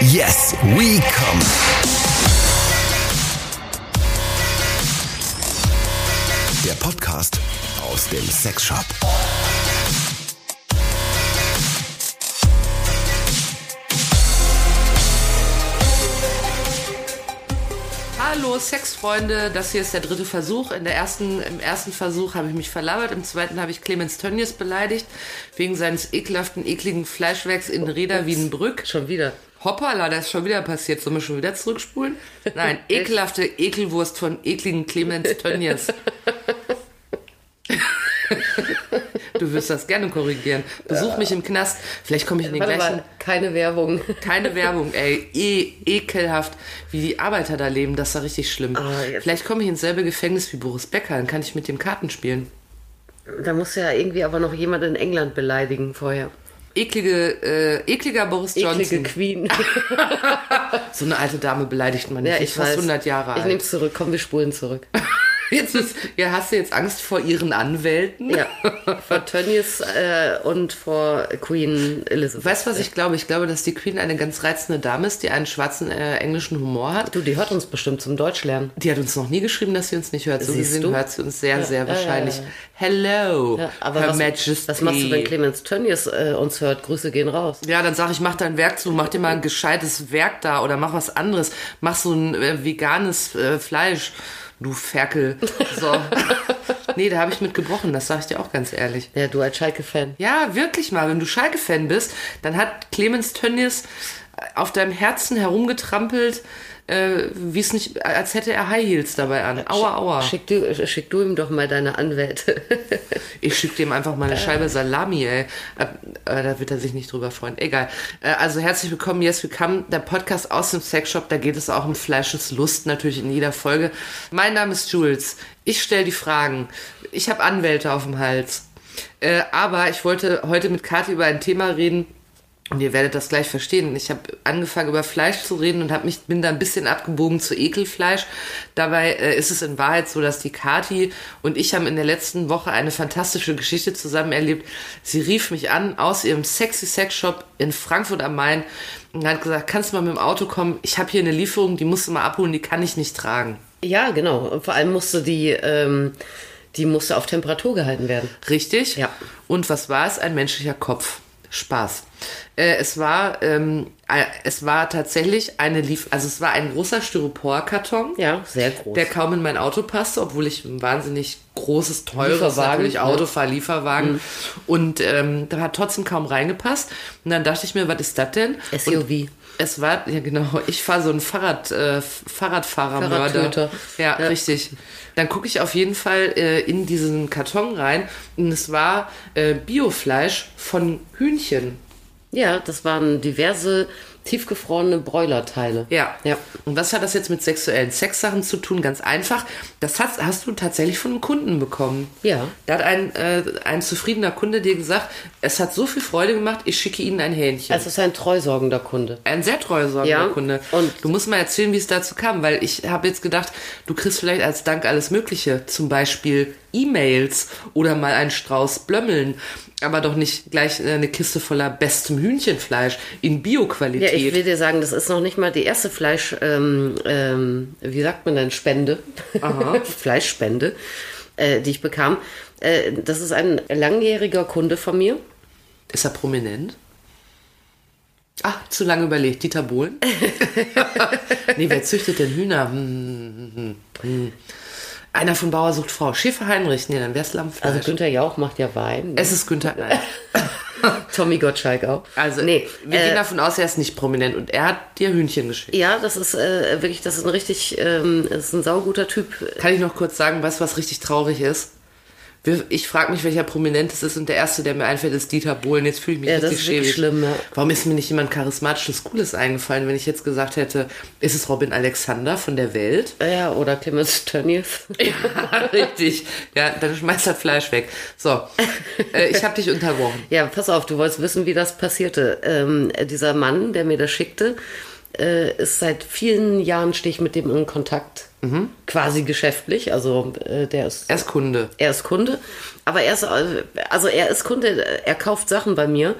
Yes, we come. Der Podcast aus dem Sexshop. Hallo Sexfreunde, das hier ist der dritte Versuch. In der ersten, Im ersten Versuch habe ich mich verlabert, im zweiten habe ich Clemens Tönnies beleidigt, wegen seines ekelhaften, ekligen Fleischwerks in Reda Wiedenbrück. Schon wieder. Hoppala, das ist schon wieder passiert. Sollen wir schon wieder zurückspulen? Nein, ekelhafte Ekelwurst von ekligen Clemens Tönnies. Du wirst das gerne korrigieren. Besuch mich im Knast. Vielleicht komme ich in den Warte gleichen mal, keine Werbung. keine Werbung, ey. E ekelhaft, wie die Arbeiter da leben, das ist ja richtig schlimm. Ah, jetzt- Vielleicht komme ich ins selbe Gefängnis wie Boris Becker, dann kann ich mit dem Karten spielen. Da muss ja irgendwie aber noch jemand in England beleidigen vorher. Eklige, äh, ekliger Boris Eklige Johnson. Queen. So eine alte Dame beleidigt man nicht. Ja, ich fast 100 Jahre Ich nehme alt. es zurück. Komm, wir spulen zurück. Jetzt ist, ja, hast du jetzt Angst vor ihren Anwälten? Ja. Vor Tönnies äh, und vor Queen Elizabeth. Weißt du, was ich glaube? Ich glaube, dass die Queen eine ganz reizende Dame ist, die einen schwarzen äh, englischen Humor hat. Du, die hört uns bestimmt zum Deutschlernen. Die hat uns noch nie geschrieben, dass sie uns nicht hört. So Siehst gesehen du? hört sie uns sehr, sehr ja, wahrscheinlich. ja, ja. Hello, Ja, aber Her was, Majesty. was machst du, wenn Clemens Tönnies äh, uns hört? Grüße gehen raus. Ja, dann sag ich, mach dein Werk zu, mach dir mal ein gescheites Werk da oder mach was anderes. Mach so ein äh, veganes äh, Fleisch, du Ferkel. So. nee, da habe ich mit gebrochen, das sage ich dir auch ganz ehrlich. Ja, du als Schalke-Fan. Ja, wirklich mal, wenn du Schalke-Fan bist, dann hat Clemens Tönnies äh, auf deinem Herzen herumgetrampelt, äh, wie es nicht, als hätte er High Heels dabei Äh, an. Aua, aua. Schick du, äh, schick du ihm doch mal deine Anwälte. Ich schicke dem einfach mal eine Scheibe Salami, ey. Äh, äh, da wird er sich nicht drüber freuen. Egal. Äh, also herzlich willkommen, Yes We Come, der Podcast aus dem Sexshop. Da geht es auch um Fleischeslust natürlich in jeder Folge. Mein Name ist Jules. Ich stelle die Fragen. Ich habe Anwälte auf dem Hals. Äh, aber ich wollte heute mit Kathi über ein Thema reden, und ihr werdet das gleich verstehen. Ich habe angefangen über Fleisch zu reden und habe mich bin da ein bisschen abgebogen zu Ekelfleisch. Dabei äh, ist es in Wahrheit so, dass die Kati und ich haben in der letzten Woche eine fantastische Geschichte zusammen erlebt. Sie rief mich an aus ihrem sexy Sex Shop in Frankfurt am Main und hat gesagt, kannst du mal mit dem Auto kommen? Ich habe hier eine Lieferung, die musst du mal abholen, die kann ich nicht tragen. ja, genau. Und vor allem musste die, ähm, die musste auf Temperatur gehalten werden. Richtig? Ja. Und was war es? Ein menschlicher Kopf. Spaß. Äh, es war, ähm, äh, es war tatsächlich eine Lief, also es war ein großer Styroporkarton, Ja, sehr groß. der kaum in mein Auto passte, obwohl ich ein wahnsinnig großes, teures Lieferwagen, natürlich ne? Auto fahre, Lieferwagen. Und ähm, da hat trotzdem kaum reingepasst. Und dann dachte ich mir, was ist das denn? SUV. Und es war, ja genau, ich fahre so ein Fahrrad, äh, Fahrradfahrermörder. Fahrradtöter. Ja, Ja. richtig. Dann gucke ich auf jeden Fall äh, in diesen Karton rein und es war äh, Biofleisch von Hühnchen. Ja, das waren diverse tiefgefrorene Bräulerteile. Ja. Ja. Und was hat das jetzt mit sexuellen Sexsachen zu tun? Ganz einfach. Das hast, hast du tatsächlich von einem Kunden bekommen. Ja. Da hat ein, äh, ein zufriedener Kunde dir gesagt, es hat so viel Freude gemacht, ich schicke Ihnen ein Hähnchen. Es ist ein treusorgender Kunde. Ein sehr treuer sorgender Ja, Kunde. und- du musst mal erzählen, wie es dazu kam, weil ich habe jetzt gedacht, du kriegst vielleicht als Dank alles Mögliche, zum Beispiel E-Mails oder mal einen Strauß Blömmeln, aber doch nicht gleich äh, eine Kiste voller bestem Hühnchenfleisch in Ja, ich Bio-Qualität. will dir sagen, das ist noch nicht mal die erste Fleisch, ähm, ähm, wie sagt man denn, Spende, Fleischspende, äh, die ich bekam. Äh, das ist ein langjähriger Kunde von mir. Ist er prominent? Ah, zu lange überlegt. Dieter Bohlen? nee, wer züchtet denn Hühner? Hm, hm, hm, hm. Einer von Bauer sucht Frau. Schäfer Heinrich, nee, dann wär's Lammfleisch. Also Günther Jauch macht ja Wein. es ist Günther. Nein. Tommy Gottschalk auch. Also, nee, wir äh, gehen davon aus, er ist nicht prominent und er hat dir Hühnchen geschickt. ja, das ist äh, wirklich, das ist ein richtig, ähm, das ist ein sauguter Typ. Kann ich noch kurz sagen, weißt du, was richtig traurig ist? Wir, ich frage mich, welcher prominent es ist und der erste, der mir einfällt, ist Dieter Bohlen. Jetzt fühle ich mich Ja, das richtig ist wirklich schäbig. schlimm, ja. Warum ist mir nicht jemand charismatisches Cooles eingefallen, wenn ich jetzt gesagt hätte, ist es Robin Alexander von der Welt? Ja, oder Clemens Tönnies. Ja, richtig. Ja, dann schmeißt das Fleisch weg. So, äh, ich habe dich unterbrochen. Ja, pass auf, du wolltest wissen, wie das passierte. Ähm, dieser Mann, der mir das schickte, äh, ist seit vielen Jahren stehe ich mit dem in Kontakt. Mhm. Quasi geschäftlich. Also äh, der ist. Er ist Kunde. Er ist Kunde. Aber er ist, äh, also er ist Kunde, äh, er kauft Sachen bei mir.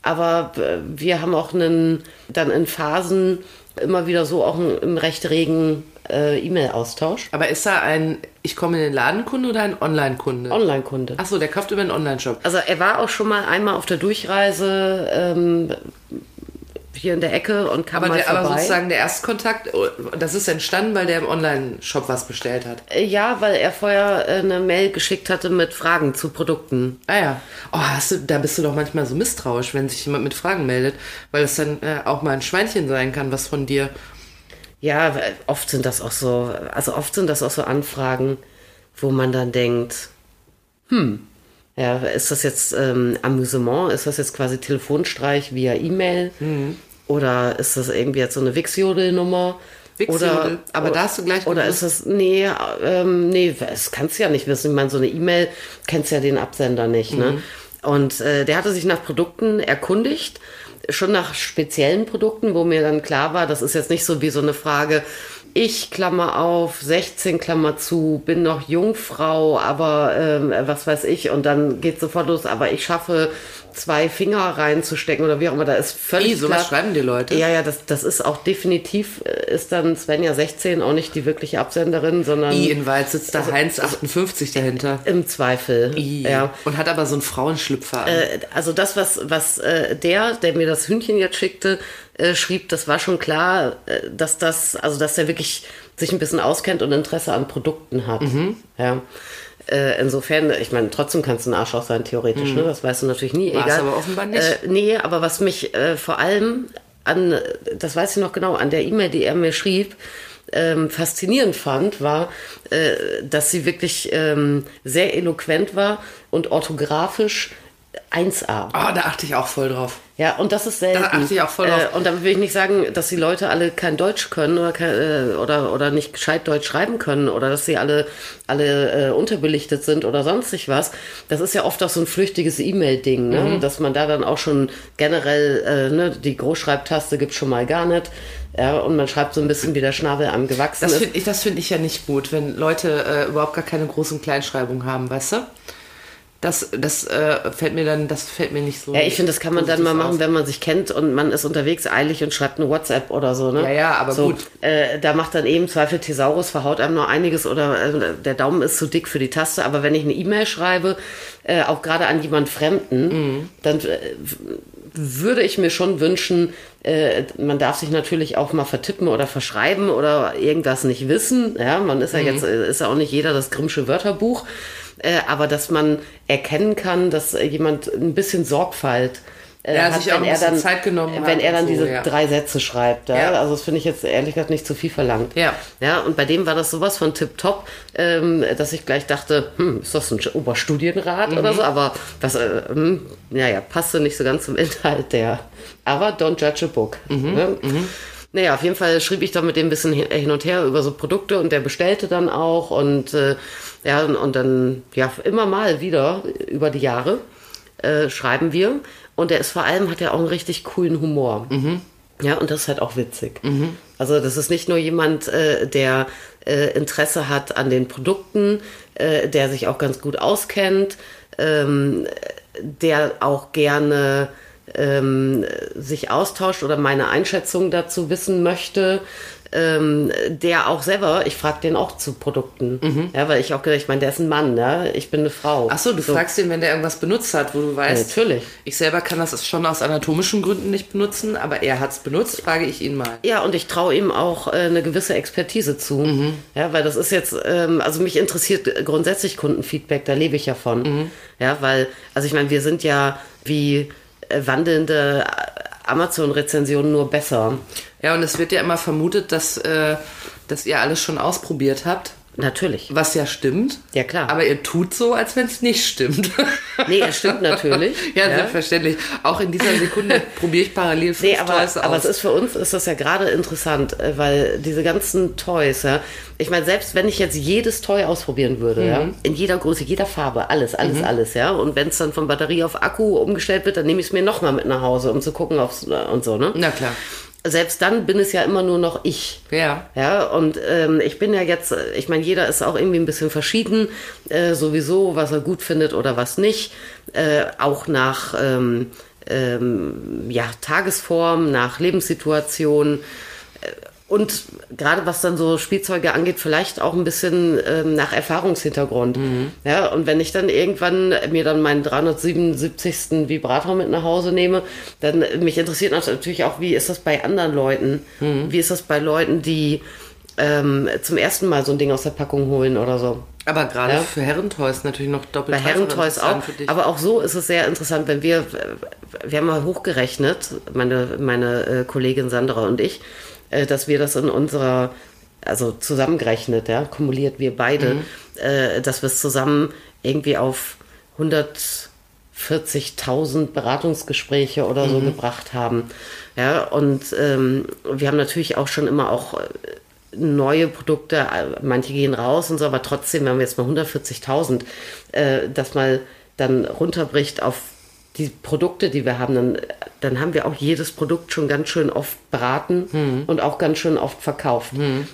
Aber äh, wir haben auch einen, dann in Phasen immer wieder so auch einen, einen recht regen äh, E-Mail-Austausch. Aber ist da ein, ich komme in den Ladenkunde oder ein Online-Kunde? Online-Kunde. Achso, der kauft über einen Online-Shop. Also er war auch schon mal einmal auf der Durchreise ähm, hier in der Ecke und kam Aber, mal der, vorbei. aber sozusagen der Erstkontakt, oh, das ist entstanden, weil der im Online-Shop was bestellt hat. Äh, ja, weil er vorher äh, eine Mail geschickt hatte mit Fragen zu Produkten. Ah ja. Oh, hast du, da bist du doch manchmal so misstrauisch, wenn sich jemand mit Fragen meldet, weil es dann äh, auch mal ein Schweinchen sein kann, was von dir. Ja, weil oft sind das auch so, also oft sind das auch so Anfragen, wo man dann denkt, hm, ja, ist das jetzt ähm, Amüsement? Ist das jetzt quasi Telefonstreich via E-Mail? Hm. Oder ist das irgendwie jetzt so eine Wixjodel-Nummer? Wixjodel. Oder- Aber da hast du gleich Oder gewusst. ist das, nee, ähm, nee, das kannst du ja nicht wissen. Ich meine, so eine E-Mail kennst ja den Absender nicht, Mhm. ne? Und äh, der hatte sich nach Produkten erkundigt, schon nach speziellen Produkten, wo mir dann klar war, das ist jetzt nicht so wie so eine Frage, ich Klammer auf, 16 Klammer zu, bin noch Jungfrau, aber ähm, was weiß ich, und dann geht sofort los, aber ich schaffe zwei Finger reinzustecken oder wie auch immer, da ist völlig Ih, sowas klar, schreiben die Leute? Ja, ja, das, das ist auch definitiv, äh, ist dann Svenja 16 auch nicht die wirkliche Absenderin, sondern I in Wald sitzt da Heinz 58 dahinter. im Zweifel. I. also Ja. Und hat aber so einen Frauenschlüpfer an. Äh, also das, was, was äh, der, der mir das Hündchen jetzt schickte, äh, schrieb, das war schon klar, äh, dass das, also dass er wirklich sich ein bisschen auskennt und Interesse an Produkten hat. Mhm. Ja. Äh, Insofern, ich meine, trotzdem kannst du ein Arschloch sein, theoretisch, ne? Das weißt du natürlich nie. Mhm. War's egal. aber offenbar nicht. Äh, nee, aber was mich äh, vor allem an, das weiß ich noch genau, an der E-Mail, die er mir schrieb, ähm, faszinierend fand, war, äh, dass sie wirklich ähm, sehr eloquent war und orthografisch 1A. Oh, da achte ich auch voll drauf. Ja, und das ist selten. Da achte ich auch voll drauf. Äh, und damit will ich nicht sagen, dass die Leute alle kein Deutsch können oder, kein, äh, oder, oder nicht gescheit Deutsch schreiben können oder dass sie alle, alle äh, unterbelichtet sind oder sonstig was. Das ist ja oft auch so ein flüchtiges E-Mail-Ding, ne? Mhm. dass man da dann auch schon generell, äh, ne, die Großschreibtaste gibt schon mal gar nicht. Ja, und man schreibt so ein bisschen, wie der Schnabel einem gewachsen Das ist. finde ich, das find ich ja nicht gut, wenn Leute äh, überhaupt gar keine Groß- und Kleinschreibung haben, weißt du? Das, das äh, fällt mir dann, das fällt mir nicht so. Ja, ich finde, das kann man dann mal machen, wenn man sich kennt und man ist unterwegs eilig und schreibt eine WhatsApp oder so, ne? Ja, ja, aber so, gut. Äh, da macht dann eben im Zweifel Thesaurus, verhaut einem noch einiges oder äh, der Daumen ist zu dick für die Taste. Aber wenn ich eine E-Mail schreibe, äh, auch gerade an jemand Fremden, Mhm. dann äh, w- würde ich mir schon wünschen, äh, man darf sich natürlich auch mal vertippen oder verschreiben oder irgendwas nicht wissen. Ja, man Mhm. ist ja jetzt, äh, ist ja auch nicht jeder das Grimmsche Wörterbuch. Äh, aber dass man erkennen kann, dass äh, jemand ein bisschen Sorgfalt äh, Ja, hat, sich auch wenn ein er bisschen dann, Zeit genommen hat wenn er und dann so, diese ja. drei Sätze schreibt. Ja? Ja. Also das finde ich jetzt ehrlich gesagt nicht zu viel verlangt. Ja. Ja, und bei dem war das sowas von tipptopp, ähm, dass ich gleich dachte, hm, ist das ein Oberstudienrat Mhm. oder so? Aber das, äh, hm, naja, passte nicht so ganz zum Inhalt der. Aber don't judge a book. Mhm, ne? Naja, auf jeden Fall schrieb ich dann mit dem ein bisschen hin hin und her über so Produkte und der bestellte dann auch und äh, ja, und, und dann, ja, immer mal wieder über die Jahre äh, schreiben wir. Und der ist vor allem, hat ja auch einen richtig coolen Humor. Ja, und das ist halt auch witzig. Also das ist nicht nur jemand, äh, der äh, Interesse hat an den Produkten, äh, der sich auch ganz gut auskennt, ähm, der auch gerne ähm, sich austauscht oder meine Einschätzung dazu wissen möchte. Ähm, der auch selber, ich frage den auch zu Produkten. Ja, weil ich auch gedacht, ich meine, der ist ein Mann, ne? Ich bin eine Frau. Achso, du fragst ihn, wenn der irgendwas benutzt hat, wo du weißt. natürlich. Ich selber kann das schon aus anatomischen Gründen nicht benutzen, aber er hat es benutzt, frage ich ihn mal. Ja, und ich traue ihm auch äh, eine gewisse Expertise zu. Ja, weil das ist jetzt, ähm, also mich interessiert grundsätzlich Kundenfeedback, da lebe ich ja von. Ja, weil, also ich meine, wir sind ja wie äh, wandelnde äh, Amazon-Rezensionen nur besser. Ja, und es wird ja immer vermutet, dass, äh, dass ihr alles schon ausprobiert habt, Natürlich. was ja stimmt. Ja, klar. Aber ihr tut so, als wenn es nicht stimmt. Nee, es stimmt natürlich. ja, Ja. selbstverständlich. Auch in dieser Sekunde probiere ich parallel fünf Nee, aber, Toys aus. aber es ist für uns ist das ja gerade interessant, äh, weil diese ganzen Toys, ja, ich meine, selbst wenn ich jetzt jedes Toy ausprobieren würde, ja, in jeder Größe, jeder Farbe, alles, alles, alles, ja, und wenn es dann von Batterie auf Akku umgestellt wird, dann nehme ich es mir nochmal mit nach Hause, um zu gucken aufs, und so, ne? Na klar. Selbst dann bin es ja immer nur noch ich. Ja. Ja, und ähm, ich bin ja jetzt, äh, ich meine, jeder ist auch irgendwie ein bisschen verschieden, äh, sowieso, was er gut findet oder was nicht. Äh, auch nach ähm, äh, ähm, ja, Tagesform, nach Lebenssituation. äh, Und gerade was dann so Spielzeuge angeht, vielleicht auch ein bisschen ähm, nach Erfahrungshintergrund. Ja, und wenn ich dann irgendwann mir dann meinen 377. Vibrator mit nach Hause nehme, dann äh, mich interessiert natürlich auch, wie ist das bei anderen Leuten? Wie ist das bei Leuten, die ähm, zum ersten Mal so ein Ding aus der Packung holen oder so? Aber gerade Ja. für Herrentoys natürlich noch doppelt Bei dreifach Herrentoys interessant auch. Für dich. Aber auch so ist es sehr interessant, wenn wir, wir haben mal hochgerechnet, meine, meine äh, Kollegin Sandra und ich, äh, dass wir das in unserer, also zusammengerechnet, ja, kumuliert wir beide, Mhm. äh, dass wir es zusammen irgendwie auf 140.000 Beratungsgespräche oder so gebracht haben. Ja, und ähm, wir haben natürlich auch schon immer auch äh, neue Produkte, äh, manche gehen raus und so, aber trotzdem, wenn wir jetzt mal 140.000, äh, das mal dann runterbricht auf die Produkte, die wir haben, dann, dann haben wir auch jedes Produkt schon ganz schön oft beraten und auch ganz schön oft verkauft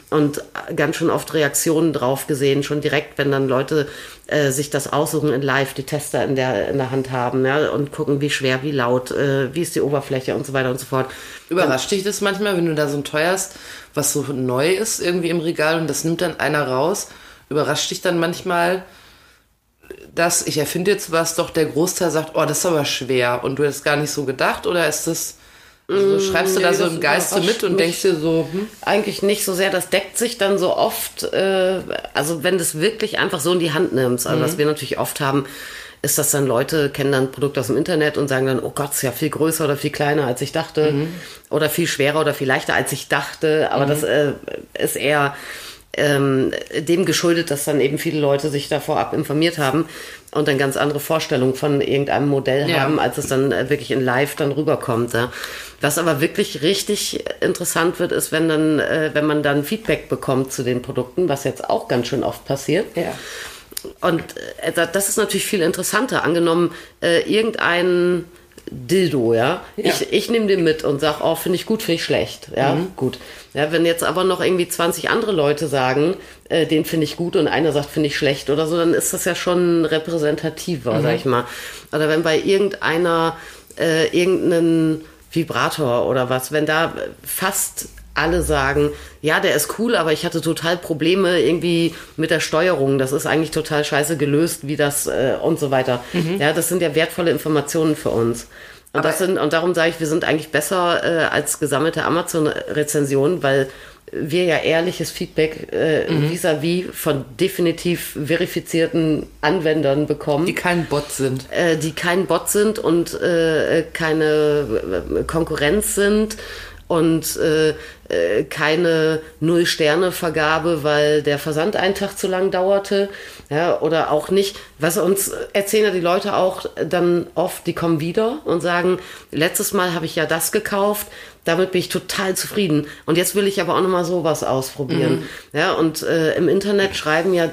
und ganz schön oft Reaktionen drauf gesehen, schon direkt, wenn dann Leute äh, sich das aussuchen in Live, die Tester in der, in der Hand haben ja, und gucken, wie schwer, wie laut, äh, wie ist die Oberfläche und so weiter und so fort. Überrascht dich das manchmal, wenn du da so ein Toy hast, was so neu ist irgendwie im Regal und das nimmt dann einer raus? Überrascht dich dann manchmal, dass ich erfinde jetzt was, doch der Großteil sagt, oh, das ist aber schwer und du hast gar nicht so gedacht oder ist das, also schreibst du da Mm, nee, so das im Geiste überrascht mit und mich. denkst dir so, hm, eigentlich nicht so sehr. Das deckt sich dann so oft. Äh, also wenn du es wirklich einfach so in die Hand nimmst, also was wir natürlich oft haben, ist, dass dann Leute kennen dann ein Produkt aus dem Internet und sagen dann, oh Gott, ist ja viel größer oder viel kleiner, als ich dachte. Oder viel schwerer oder viel leichter, als ich dachte. Aber das äh, ist eher ähm, dem geschuldet, dass dann eben viele Leute sich da vorab informiert haben und dann ganz andere Vorstellungen von irgendeinem Modell Ja. haben, als es dann äh, wirklich in Live dann rüberkommt. Ja. Was aber wirklich richtig interessant wird, ist, wenn dann, äh, wenn man dann Feedback bekommt zu den Produkten, was jetzt auch ganz schön oft passiert. ja. Und äh, da- das ist natürlich viel interessanter. Angenommen, äh, irgendein Dildo, ja. Ja. Ich, ich nehme den mit und sage, oh, finde ich gut, finde ich schlecht. Ja, gut. Ja, wenn jetzt aber noch irgendwie 20 andere Leute sagen, äh, den finde ich gut und einer sagt, finde ich schlecht oder so, dann ist das ja schon repräsentativer, sag ich mal. Oder wenn bei irgendeiner äh, irgendeinen Vibrator oder was, wenn da äh, fast alle sagen, ja, der ist cool, aber ich hatte total Probleme irgendwie mit der Steuerung. Das ist eigentlich total scheiße gelöst, wie das äh, und so weiter. Ja, das sind ja wertvolle Informationen für uns. Und, das sind, und darum sage ich, wir sind eigentlich besser äh, als gesammelte Amazon-Rezensionen, weil wir ja ehrliches Feedback äh, vis-à-vis von definitiv verifizierten Anwendern bekommen die kein Bot sind. äh, die kein Bot sind und äh, äh, keine äh, Konkurrenz sind und äh, äh, keine Null-Sterne-Vergabe, weil der Versand einen Tag zu lang dauerte. Ja, oder auch nicht. Was uns erzählen ja die Leute auch dann oft, die kommen wieder und sagen, letztes Mal habe ich ja das gekauft, damit bin ich total zufrieden. Und jetzt will ich aber auch nochmal sowas ausprobieren. Ja, und äh, im Internet schreiben ja äh,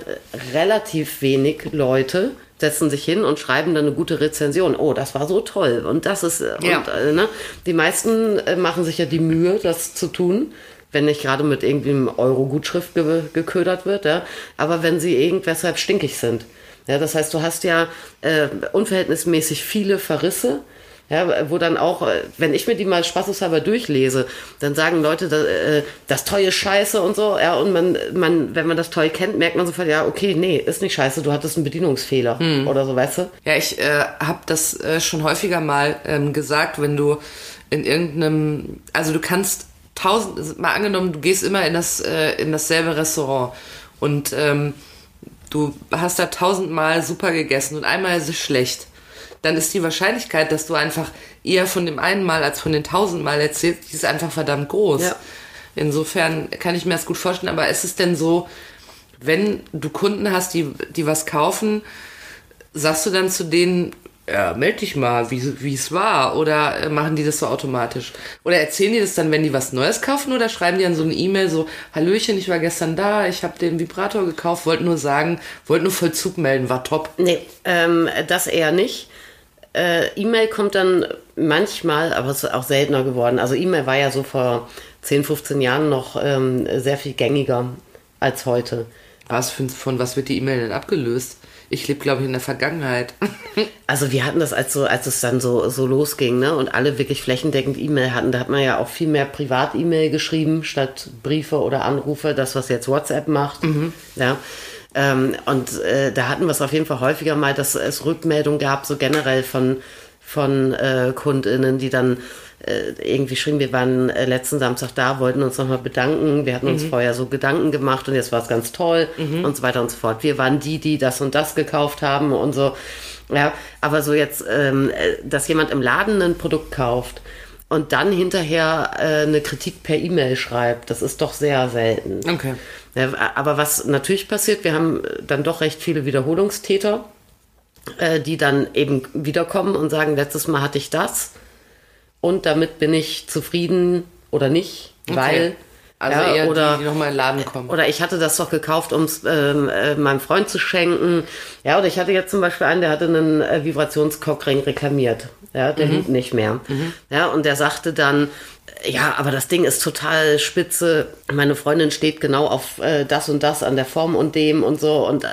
relativ wenig Leute, setzen sich hin und schreiben dann eine gute Rezension. Oh, das war so toll. Und das ist, äh, Ja. und, äh, ne? die meisten äh, machen sich ja die Mühe, das zu tun. Wenn nicht gerade mit irgendwie einem Euro-Gutschrift ge geködert wird, ja. Aber wenn sie irgendweshalb stinkig sind. Ja, das heißt, du hast ja äh, unverhältnismäßig viele Verrisse. Ja, wo dann auch, äh, wenn ich mir die mal spaßeshalber durchlese, dann sagen Leute, da, äh, das Toy ist scheiße und so. Ja, und man, man, wenn man das Toy kennt, merkt man sofort, ja, okay, nee, ist nicht scheiße, du hattest einen Bedienungsfehler oder so, weißt du? Ja, ich äh, habe das äh, schon häufiger mal ähm, gesagt, wenn du in irgendeinem, also du kannst tausend, also mal angenommen, du gehst immer in das äh, in dasselbe Restaurant und ähm, du hast da tausendmal super gegessen und einmal ist es schlecht, dann ist die Wahrscheinlichkeit, dass du einfach eher von dem einen Mal als von den tausendmal erzählst, die ist einfach verdammt groß. Ja. Insofern kann ich mir das gut vorstellen, aber ist es denn so, wenn du Kunden hast, die, die was kaufen, sagst du dann zu denen, ja, meld dich mal, wie wie es war? Oder äh, machen die das so automatisch? Oder erzählen die das dann, wenn die was Neues kaufen? Oder schreiben die dann so eine E-Mail so, Hallöchen, ich war gestern da, ich habe den Vibrator gekauft, wollte nur sagen, wollte nur Vollzug melden, war top. Nee, ähm, das eher nicht. Äh, E-Mail kommt dann manchmal, aber es ist auch seltener geworden. Also E-Mail war ja so vor 10, 15 Jahren noch ähm, sehr viel gängiger als heute. Was, für- von was wird die E-Mail denn abgelöst? Ich lebe, glaube ich, in der Vergangenheit. Also wir hatten das, als, so, als es dann so, so losging, ne? Und alle wirklich flächendeckend E-Mail hatten, da hat man ja auch viel mehr Privat-E-Mail geschrieben, statt Briefe oder Anrufe, das, was jetzt WhatsApp macht. Ja. Ähm, und äh, da hatten wir es auf jeden Fall häufiger mal, dass es Rückmeldungen gab, so generell von, von äh, KundInnen, die dann äh, irgendwie schrieben, wir waren äh, letzten Samstag da, wollten uns nochmal bedanken, wir hatten uns vorher so Gedanken gemacht und jetzt war es ganz toll und so weiter und so fort. Wir waren die, die das und das gekauft haben und so. Ja, aber so jetzt, ähm, äh, dass jemand im Laden ein Produkt kauft und dann hinterher äh, eine Kritik per E-Mail schreibt, das ist doch sehr selten. Okay. Ja, aber was natürlich passiert, wir haben äh, dann doch recht viele Wiederholungstäter, äh, die dann eben wiederkommen und sagen, letztes Mal hatte ich das und damit bin ich zufrieden oder nicht, weil. Also ja, eher oder, die, die nochmal in den Laden kommen. oder ich hatte das doch gekauft, um es ähm, äh, meinem Freund zu schenken. Ja, oder ich hatte jetzt zum Beispiel einen, der hatte einen äh, Vibrationskockring reklamiert. Ja, Mhm. der hielt nicht mehr. Ja, und der sagte dann, äh, ja, aber das Ding ist total spitze. Meine Freundin steht genau auf äh, das und das an der Form und dem und so und äh,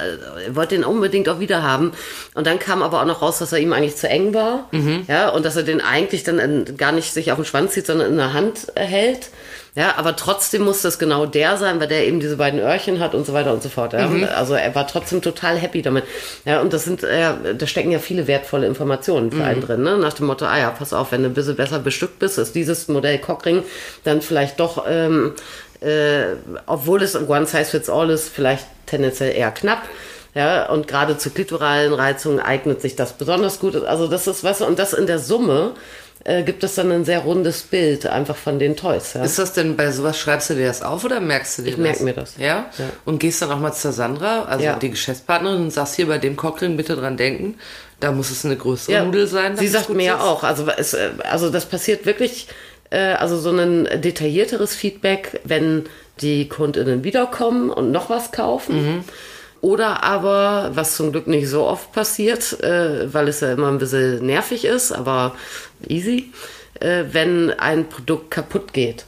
wollte den unbedingt auch wieder haben. Und dann kam aber auch noch raus, dass er ihm eigentlich zu eng war. Mhm. Ja, und dass er den eigentlich dann in, gar nicht sich auf den Schwanz zieht, sondern in der Hand äh, hält. Ja, aber trotzdem muss das genau der sein, weil der eben diese beiden Öhrchen hat und so weiter und so fort. Ja? Also er war trotzdem total happy damit. Ja, und das sind, äh, da stecken ja viele wertvolle Informationen für einen drin. Ne? Nach dem Motto, ah ja, pass auf, wenn du ein bisschen besser bestückt bist, ist dieses Modell Cockring dann vielleicht doch, ähm, äh, obwohl es One Size Fits All ist, vielleicht tendenziell eher knapp. Ja, und gerade zu klitoralen Reizungen eignet sich das besonders gut. Also das ist was, und das in der Summe äh, gibt es dann ein sehr rundes Bild einfach von den Toys. Ja. Ist das denn bei sowas, schreibst du dir das auf oder merkst du dir das? merk mir das. Ja? Ja. Und gehst dann auch mal zur Sandra, also Ja. die Geschäftspartnerin, und sagst hier bei dem Cockring bitte dran denken, da muss es eine größere Nudel sein. Sie damit es sagt gut mir ja sitzt. auch, also, es, äh, also das passiert wirklich, äh, also so ein detaillierteres Feedback, wenn die KundInnen wiederkommen und noch was Mhm. kaufen. Oder aber, was zum Glück nicht so oft passiert, äh, weil es ja immer ein bisschen nervig ist, aber easy, äh, wenn ein Produkt kaputt geht.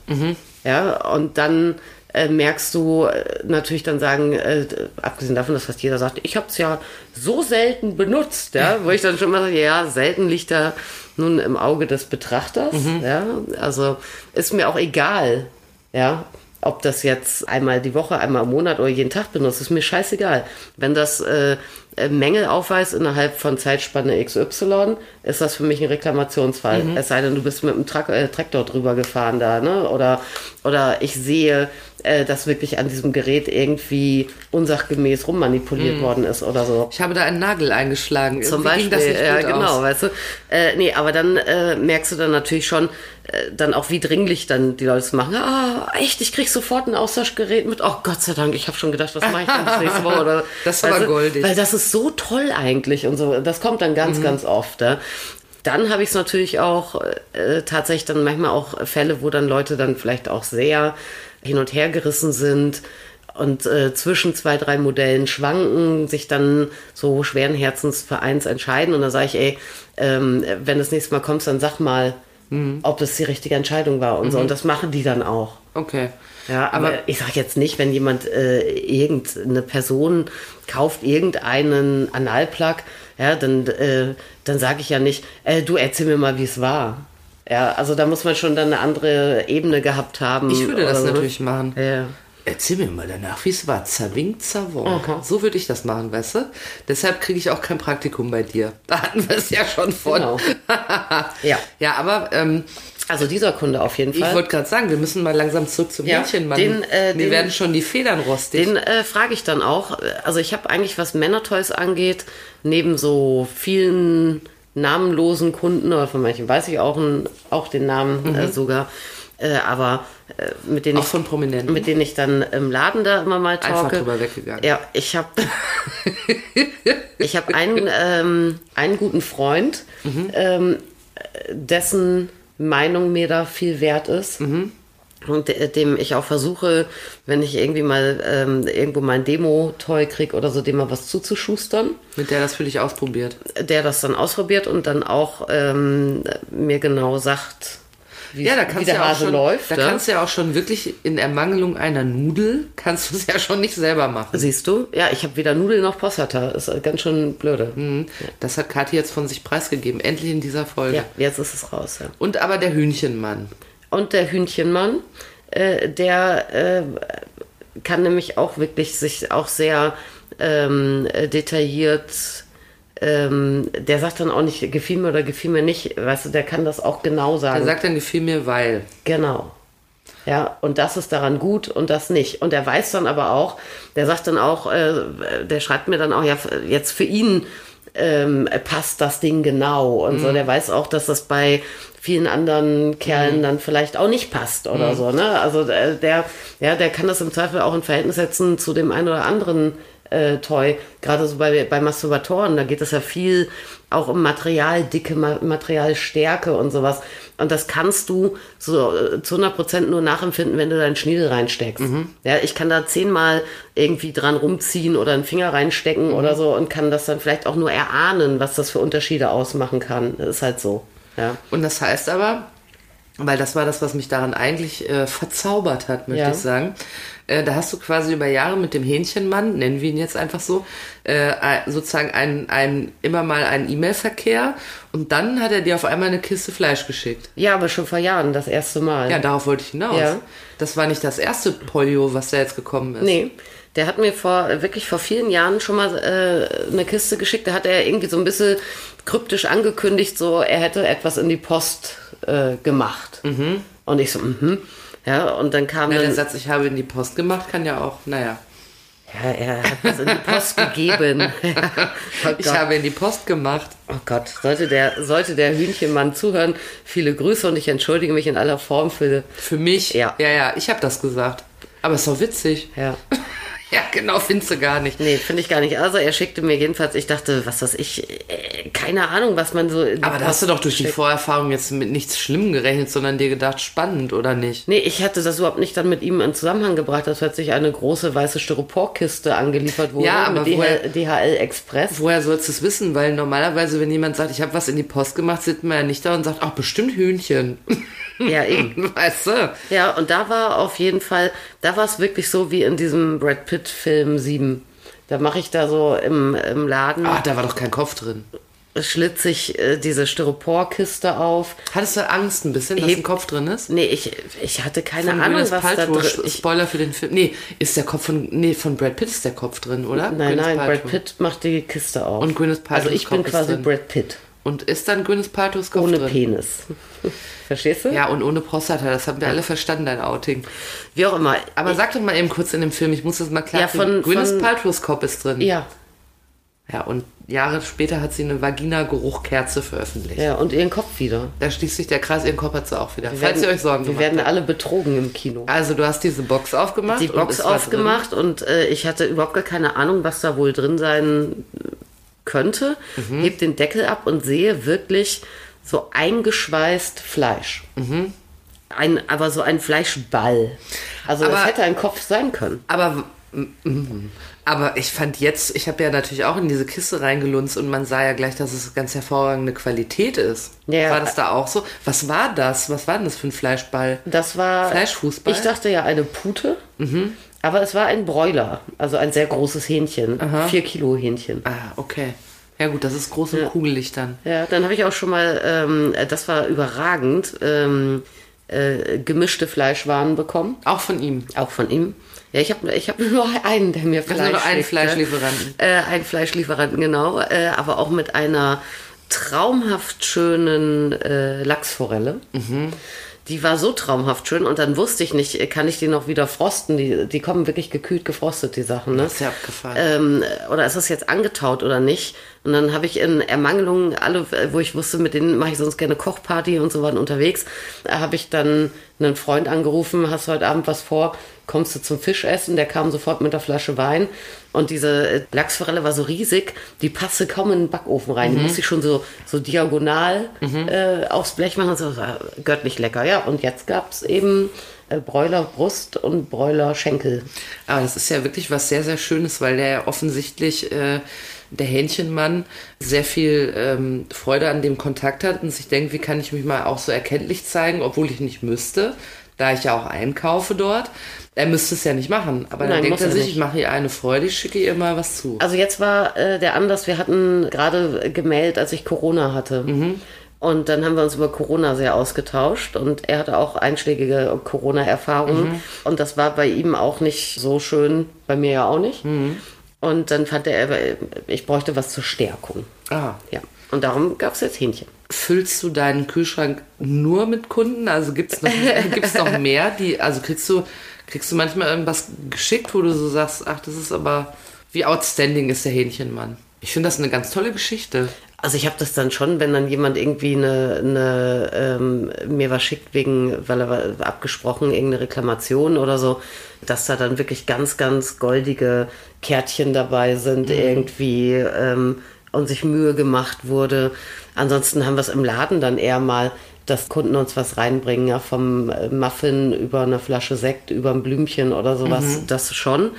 Ja, und dann äh, merkst du äh, natürlich dann sagen, äh, d- abgesehen davon, dass fast jeder sagt, ich habe es ja so selten benutzt, ja, wo ich dann schon mal sage, ja, selten liegt da nun im Auge des Betrachters, ja, also ist mir auch egal, ja, ob das jetzt einmal die Woche, einmal im Monat oder jeden Tag benutzt, ist mir scheißegal. Wenn das äh, äh, Mängel aufweist innerhalb von Zeitspanne XY, ist das für mich ein Reklamationsfall. Es sei denn, du bist mit einem Trak äh, Traktor drüber gefahren da, ne? Oder, oder ich sehe, äh, dass wirklich an diesem Gerät irgendwie unsachgemäß rummanipuliert worden ist oder so. Ich habe da einen Nagel eingeschlagen. Zum Irgendwie ging Beispiel, das nicht ja, gut genau, Aus. weißt du. Äh, nee, aber dann äh, merkst du dann natürlich schon, äh, dann auch wie dringlich dann die Leute es machen. Ah, echt, ich krieg sofort ein Austauschgerät mit. Oh Gott sei Dank, ich habe schon gedacht, was mache ich denn das nächste Woche? Oder, Das ist aber weißt du, goldig. Mhm. Weil das ist so toll eigentlich und so. Das kommt dann ganz, ganz oft. Ja. Dann habe ich es natürlich auch äh, tatsächlich dann manchmal auch Fälle, wo dann Leute dann vielleicht auch sehr hin und her gerissen sind und äh, zwischen zwei, drei Modellen schwanken, sich dann so schweren Herzens für eins entscheiden. Und dann sage ich, ey, ähm, wenn das nächste Mal kommst, dann sag mal, Mhm. ob das die richtige Entscheidung war und so. Und das machen die dann auch. Okay. Ja, aber ich sage jetzt nicht, wenn jemand äh, irgendeine Person kauft irgendeinen Analplug, ja, dann äh, dann sage ich ja nicht, äh, du erzähl mir mal, wie es war. Ja, also da muss man schon dann eine andere Ebene gehabt haben. Ich würde das oder so. natürlich machen. Ja. Erzähl mir mal danach, wie es war. Zerwink, zerwonk. So würde ich das machen, weißt du? Deshalb kriege ich auch kein Praktikum bei dir. Da hatten wir es ja schon von. Genau. Ja. Ja, aber ähm, Also dieser Kunde auf jeden ich Fall. wollte gerade sagen, wir müssen mal langsam zurück zum Ja, Hähnchenmann. den, äh, Mir den- werden schon die Federn rostig. Den äh, frage ich dann auch. Also ich habe eigentlich, was Männertoys angeht, neben so vielen namenlosen Kunden, oder von manchen weiß ich auch, n- auch den Namen äh, Mhm. sogar, äh, aber äh, mit denen auch ich von Prominenten. mit denen ich dann im Laden da immer mal talke. Einfach drüber weggegangen. Ja, ich habe ich habe einen, ähm, einen guten Freund, ähm, dessen Meinung mir da viel wert ist. Und de dem ich auch versuche, wenn ich irgendwie mal ähm, irgendwo mal ein Demo-Toy krieg oder so, dem mal was zuzuschustern mit der das für dich ausprobiert. der das dann ausprobiert und dann auch ähm, mir genau sagt, wie, ja, da wie kannst der ja auch Hase schon, läuft. Da ne? kannst du ja auch schon wirklich in Ermangelung einer Nudel, kannst du es ja schon nicht selber machen. Siehst du? Ja, ich habe weder Nudeln noch Passata. Ist ganz schön blöde. Mhm. Das hat Kathi jetzt von sich preisgegeben, endlich in dieser Folge. Ja, jetzt ist es raus. Ja. Und aber der Hühnchenmann. Und der Hühnchenmann, äh, der äh, kann nämlich auch wirklich sich auch sehr ähm, äh, detailliert. Ähm, der sagt dann auch nicht, gefiel mir oder gefiel mir nicht. Weißt du, der kann das auch genau sagen. Er sagt dann, gefiel mir, weil. Genau. Ja, und das ist daran gut und das nicht. Und er weiß dann aber auch, der sagt dann auch, äh, der schreibt mir dann auch, ja, jetzt für ihn ähm, passt das Ding genau. Und so, der weiß auch, dass das bei vielen anderen Kerlen dann vielleicht auch nicht passt oder so. Ne? Also äh, der, ja, der kann das im Zweifel auch in Verhältnis setzen zu dem einen oder anderen äh, Toy. Gerade so bei, bei Masturbatoren, da geht es ja viel auch um Material, dicke Ma Materialstärke und sowas. Und das kannst du so äh, zu 100% nur nachempfinden, wenn du deinen Schniedel reinsteckst. Ja, ich kann da zehnmal irgendwie dran rumziehen oder einen Finger reinstecken oder so und kann das dann vielleicht auch nur erahnen, was das für Unterschiede ausmachen kann. Das ist halt so. Ja. Und das heißt aber, weil das war das, was mich daran eigentlich äh, verzaubert hat, möchte Ja. ich sagen. Äh, da hast du quasi über Jahre mit dem Hähnchenmann, nennen wir ihn jetzt einfach so, äh, ein- sozusagen ein, ein, immer mal einen E-Mail-Verkehr und dann hat er dir auf einmal eine Kiste Fleisch geschickt. ja, aber schon vor Jahren, das erste Mal. Ja, darauf wollte ich hinaus. Ja. Das war nicht das erste Polio, was da jetzt gekommen ist. Nee. Der hat mir vor wirklich vor vielen Jahren schon mal äh, eine Kiste geschickt. Da hat er irgendwie so ein bisschen kryptisch angekündigt, so er hätte etwas in die Post äh, gemacht. Und ich so, mhm. Ja, und dann kam Ja, dann, der Satz, ich habe in die Post gemacht, kann ja auch, naja, ja, er hat was in die Post gegeben. oh, ich Gott. habe in die Post gemacht. oh Gott, sollte der, sollte der Hühnchenmann zuhören, viele Grüße und ich entschuldige mich in aller Form für. Für mich? Ja. Ja, ja, ich habe das gesagt. Aber ist doch witzig. Ja. Ja, genau, findest du gar nicht. Nee, finde ich gar nicht. Also er schickte mir jedenfalls, ich dachte, was weiß ich, äh, keine Ahnung, was man so. in die Aber da hast du Post doch durch die schickt. Vorerfahrung jetzt mit nichts Schlimmem gerechnet, sondern dir gedacht, spannend oder nicht? Nee, ich hatte das überhaupt nicht dann mit ihm in Zusammenhang gebracht, dass plötzlich eine große weiße Styroporkiste angeliefert wurde Ja, aber mit woher- DHL, DHL Express. Woher sollst du es wissen? Weil normalerweise, wenn jemand sagt, ich habe was in die Post gemacht, sitzt man ja nicht da und sagt, ach, bestimmt Hühnchen. Ja, eben. Weißt du? Ja, und da war auf jeden Fall, da war es wirklich so wie in diesem Brad Pitt Film 7. Da mache ich da so im, im Laden Ah, da war doch kein Kopf drin. schlitze ich äh, diese Styroporkiste auf. Hattest du Angst ein bisschen, dass Heb- ein Kopf drin ist? Nee, ich, ich hatte keine Von Ahnung, Gwyneth was da Paltrow, drin Sch- ist. Spoiler für den Film. Nee, ist der Kopf von, nee, von Brad Pitt ist der Kopf drin, oder? Nein, Gwyneth nein, Brad Paltrow. Pitt macht die Kiste auf. Und Gwyneth Also Paltrow's ich bin Kopf ist quasi drin. Brad Pitt, Und ist dann Gwyneth Paltrows Kopf ohne drin? Penis. Verstehst du? Ja, und ohne Prostata, das haben wir alle verstanden, dein Outing. Wie auch immer. Aber sag doch mal eben kurz in dem Film, ich muss das mal klar Ja, von- Gwyneth von- Paltrow's Kopf ist drin. Ja, Ja, und Jahre später hat sie eine Vagina-Geruchkerze veröffentlicht. ja, und ihren Kopf wieder. Da schließt sich der Kreis, ihren Kopf hat sie auch wieder. Wir Falls werden- ihr euch Sorgen Wir gemacht werden habt. alle betrogen im Kino. Also, du hast diese Box aufgemacht. Die und Box es war aufgemacht und äh, ich hatte überhaupt gar keine Ahnung, was da wohl drin sein könnte. Mhm. Heb den Deckel ab und sehe wirklich so eingeschweißt Fleisch. Mhm. Ein, aber so ein Fleischball. Also Aber- das hätte ein Kopf sein Drin. können. Aber, mhm. aber ich fand jetzt, ich habe ja natürlich auch in diese Kiste reingelunzt und man sah ja gleich, dass es ganz hervorragende Qualität ist. Ja, ja. War das da auch so? Was war das? Was war denn das für ein Fleischball? Das war. Fleischfußball? Mhm. Ich dachte ja eine Pute. Aber es war ein Broiler, also ein sehr großes Hähnchen. Vier Kilo Hähnchen. Ah, okay. Ja gut, das ist groß und kugelig dann. Ja, dann habe ich auch schon mal, ähm, äh, das war überragend, ähm, äh, gemischte Fleischwaren bekommen, Auch von ihm. auch von ihm. Ja, ich habe ich hab nur einen, der mir hast Fleisch nur einen schickte. Fleischlieferanten. Äh, einen Fleischlieferanten, genau. Äh, aber auch mit einer traumhaft schönen äh, Lachsforelle. Mhm. Die war so traumhaft schön und dann wusste ich nicht, äh, kann ich die noch wieder frosten? Die, die kommen wirklich gekühlt gefrostet, die Sachen. Ne? Das ist ja abgefahren. ähm, oder ist das jetzt angetaut oder nicht? Und dann habe ich in Ermangelung alle, wo ich wusste, mit denen mache ich sonst gerne Kochparty und so waren unterwegs, äh, habe ich dann einen Freund angerufen, hast du heute Abend was vor, kommst du zum Fischessen? Der kam sofort mit der Flasche Wein und diese äh, Lachsforelle war so riesig, die passte kaum in den Backofen rein. Die musste ich schon so, so diagonal äh, aufs Blech machen. So, war göttlich lecker, ja. Und jetzt gab es eben äh, Bräuler Brust und Bräuler Schenkel. Aber das ist ja wirklich was sehr, sehr Schönes, weil der ja offensichtlich äh, der Hähnchenmann sehr viel ähm, Freude an dem Kontakt hat und sich denkt, wie kann ich mich mal auch so erkenntlich zeigen, obwohl ich nicht müsste, da ich ja auch einkaufe dort. Er müsste es ja nicht machen, aber Nein, dann denkt muss er er sich, nicht. ich mache ihr eine Freude, ich schicke ihr mal was zu. Also jetzt war äh, der Anlass, wir hatten gerade gemeldet, als ich Corona hatte. Und dann haben wir uns über Corona sehr ausgetauscht und er hatte auch einschlägige Corona-Erfahrungen. Und das war bei ihm auch nicht so schön, bei mir ja auch nicht. Und dann fand er, äh, ich bräuchte was zur Stärkung. Ah. Ja. Und darum gab es jetzt Hähnchen. Füllst du deinen Kühlschrank nur mit Kunden? Also gibt es noch, gibt's noch mehr, die, also kriegst du, kriegst du manchmal irgendwas geschickt, wo du so sagst, ach, das ist aber, wie outstanding ist der Hähnchenmann? Ich finde das eine ganz tolle Geschichte. Also ich habe das dann schon, wenn dann jemand irgendwie eine, eine ähm, mir was schickt wegen, weil er war abgesprochen, irgendeine Reklamation oder so, dass da dann wirklich ganz, ganz goldige Kärtchen dabei sind irgendwie ähm, und sich Mühe gemacht wurde. Ansonsten haben wir es im Laden dann eher mal, dass Kunden uns was reinbringen, ja, vom äh, Muffin über eine Flasche Sekt, über ein Blümchen oder sowas, das schon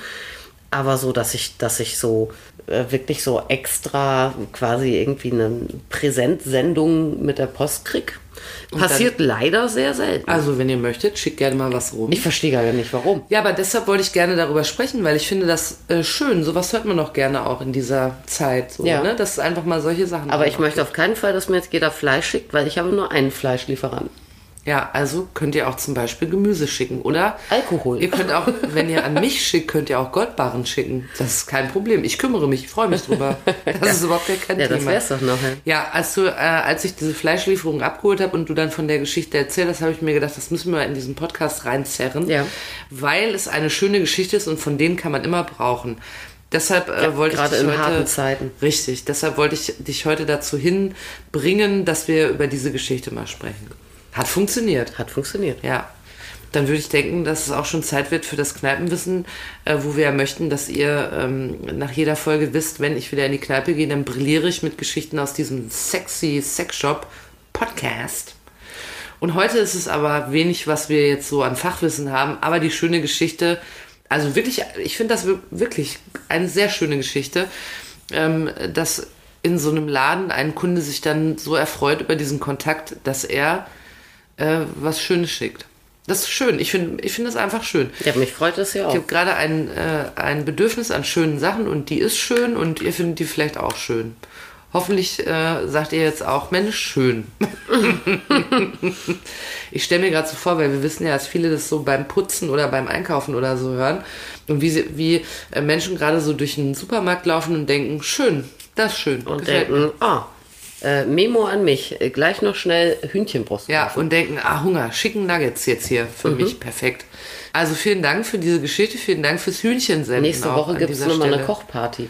aber so, dass ich, dass ich so äh, wirklich so extra quasi irgendwie eine Präsentsendung mit der Post krieg. Passiert leider sehr selten. Also, wenn ihr möchtet, schickt gerne mal was rum. ich verstehe gar nicht, warum. ja, aber deshalb wollte ich gerne darüber sprechen, weil ich finde das äh, schön. Sowas hört man doch gerne auch in dieser Zeit. So, Ja. ne? Dass einfach mal solche Sachen. Aber ich möchte auf keinen Fall, dass mir jetzt jeder Fleisch schickt, weil ich habe nur einen Fleischlieferanten. Ja, also könnt ihr auch zum Beispiel Gemüse schicken oder Alkohol. Ihr könnt auch, wenn ihr an mich schickt, könnt ihr auch Goldbarren schicken. Das ist kein Problem. Ich kümmere mich, ich freue mich drüber. Das ist überhaupt gar kein Ja, Thema. das wär's doch noch. ja. Ja, als, du, äh, als ich diese Fleischlieferung abgeholt habe und du dann von der Geschichte erzählt hast, habe ich mir gedacht, das müssen wir in diesen Podcast reinzerren, Ja. weil es eine schöne Geschichte ist und von denen kann man immer brauchen. Deshalb äh, wollte ich gerade dich in heute, harten Zeiten. Richtig, deshalb wollte ich dich heute dazu hinbringen, dass wir über diese Geschichte mal sprechen. Hat funktioniert. Hat funktioniert. Ja. Dann würde ich denken, dass es auch schon Zeit wird für das Kneipenwissen, äh, wo wir ja möchten, dass ihr ähm, nach jeder Folge wisst, wenn ich wieder in die Kneipe gehe, dann brilliere ich mit Geschichten aus diesem sexy Sexshop Podcast. Und heute ist es aber wenig, was wir jetzt so an Fachwissen haben, aber die schöne Geschichte, also wirklich, ich finde das wir- wirklich eine sehr schöne Geschichte, ähm, dass in so einem Laden ein Kunde sich dann so erfreut über diesen Kontakt, dass er äh, was Schönes schickt. Das ist schön. Ich finde ich find das einfach schön. Ja, mich freut das ja Ich auch. habe gerade ein, äh, ein Bedürfnis an schönen Sachen und die ist schön und ihr findet die vielleicht auch schön. Hoffentlich äh, sagt ihr jetzt auch, Mensch, schön. ich stelle mir gerade so vor, weil wir wissen ja, dass viele das so beim Putzen oder beim Einkaufen oder so hören und wie, sie, wie äh, Menschen gerade so durch den Supermarkt laufen und denken, schön, das ist schön. Und gefällt mir. denken, ah, äh, Memo an mich, äh, gleich noch schnell Hühnchenbrust. Ja, und denken, ah, Hunger, schicken Nuggets jetzt hier für Mhm. mich, perfekt. Also vielen Dank für diese Geschichte, vielen Dank fürs Hühnchen senden. Nächste auch Woche genau, an gibt es dieser nochmal eine Stelle. Kochparty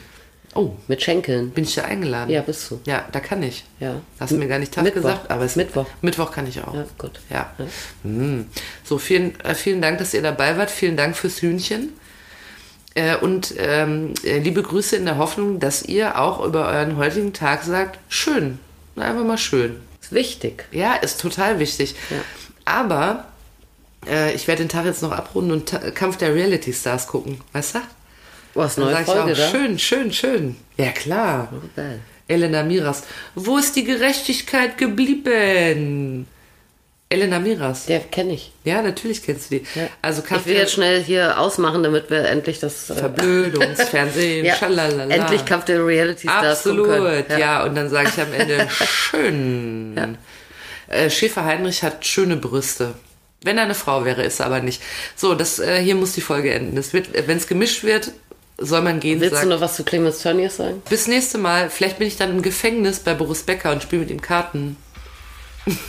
Oh, mit Schenkeln. bin ich da eingeladen? Ja, bist du. Ja, da kann ich. Ja. Hast du mir gar nicht Tag Mittwoch. gesagt, aber es Mittwoch. Mittwoch kann ich auch. Ja, gut. Ja. Hm. So, vielen, äh, vielen Dank, dass ihr dabei wart. Vielen Dank fürs Hühnchen. Äh, und ähm, äh, liebe Grüße in der Hoffnung, dass ihr auch über euren heutigen Tag sagt, schön. Na, einfach mal schön. Ist wichtig. Ja, ist total wichtig. Aber äh, ich werde den Tag jetzt noch abrunden und Ta Kampf der Reality Stars gucken. Weißt du? Was Dann neue sag ich Folge ne? auch, da? Oh, schön, schön, schön. Ja, klar. Geil. Elena Miras. Wo ist die Gerechtigkeit geblieben? Elena Miras. Der kenne ich. Ja, natürlich kennst du die. Also Kampf Ich will der jetzt schnell hier ausmachen, damit wir endlich das äh, Verblödungsfernsehen, ja, schalalala. endlich Kampf der Reality Stars gucken Absolut, ja. können. Und dann sage ich am Ende, schön. Äh, Schäfer Heinrich hat schöne Brüste. Wenn er eine Frau wäre, ist er aber nicht. So, das, äh, hier muss die Folge enden. Wenn es gemischt wird, soll man gehen Willst du sagen. noch was zu Clemens Tönnies sagen? Bis nächste Mal. Vielleicht bin ich dann im Gefängnis bei Boris Becker und spiele mit ihm Karten.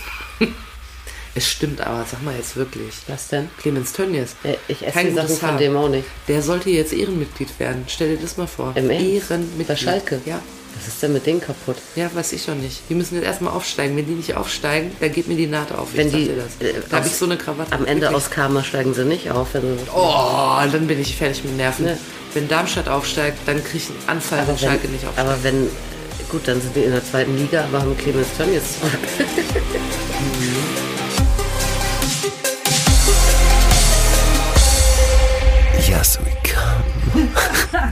es stimmt aber, sag mal jetzt wirklich. Was denn? Clemens Tönnies. Äh, Ich esse Kein die Sachen gutes von Haar. dem auch nicht. Der sollte jetzt Ehrenmitglied werden. Stell dir das mal vor. Im Ernst? Ehrenmitglied. Bei Schalke? Ja. Was ist denn mit denen kaputt? Ja, weiß ich doch nicht. Die müssen jetzt erstmal aufsteigen. Wenn die nicht aufsteigen, dann geht mir die Naht auf. Wenn ich sag die, dir das. äh, da habe aus- ich so eine Krawatte. Am Ende Wirklich. aus Karma steigen sie nicht auf. Wenn du, Oh, dann bin ich fertig mit Nerven. Ne. Wenn Darmstadt aufsteigt, dann kriege ich einen Anfall, wenn Schalke nicht aufsteigt. aber wenn, gut, dann sind die in der zweiten Liga, aber haben Clemens Tönnies. Yes, we can.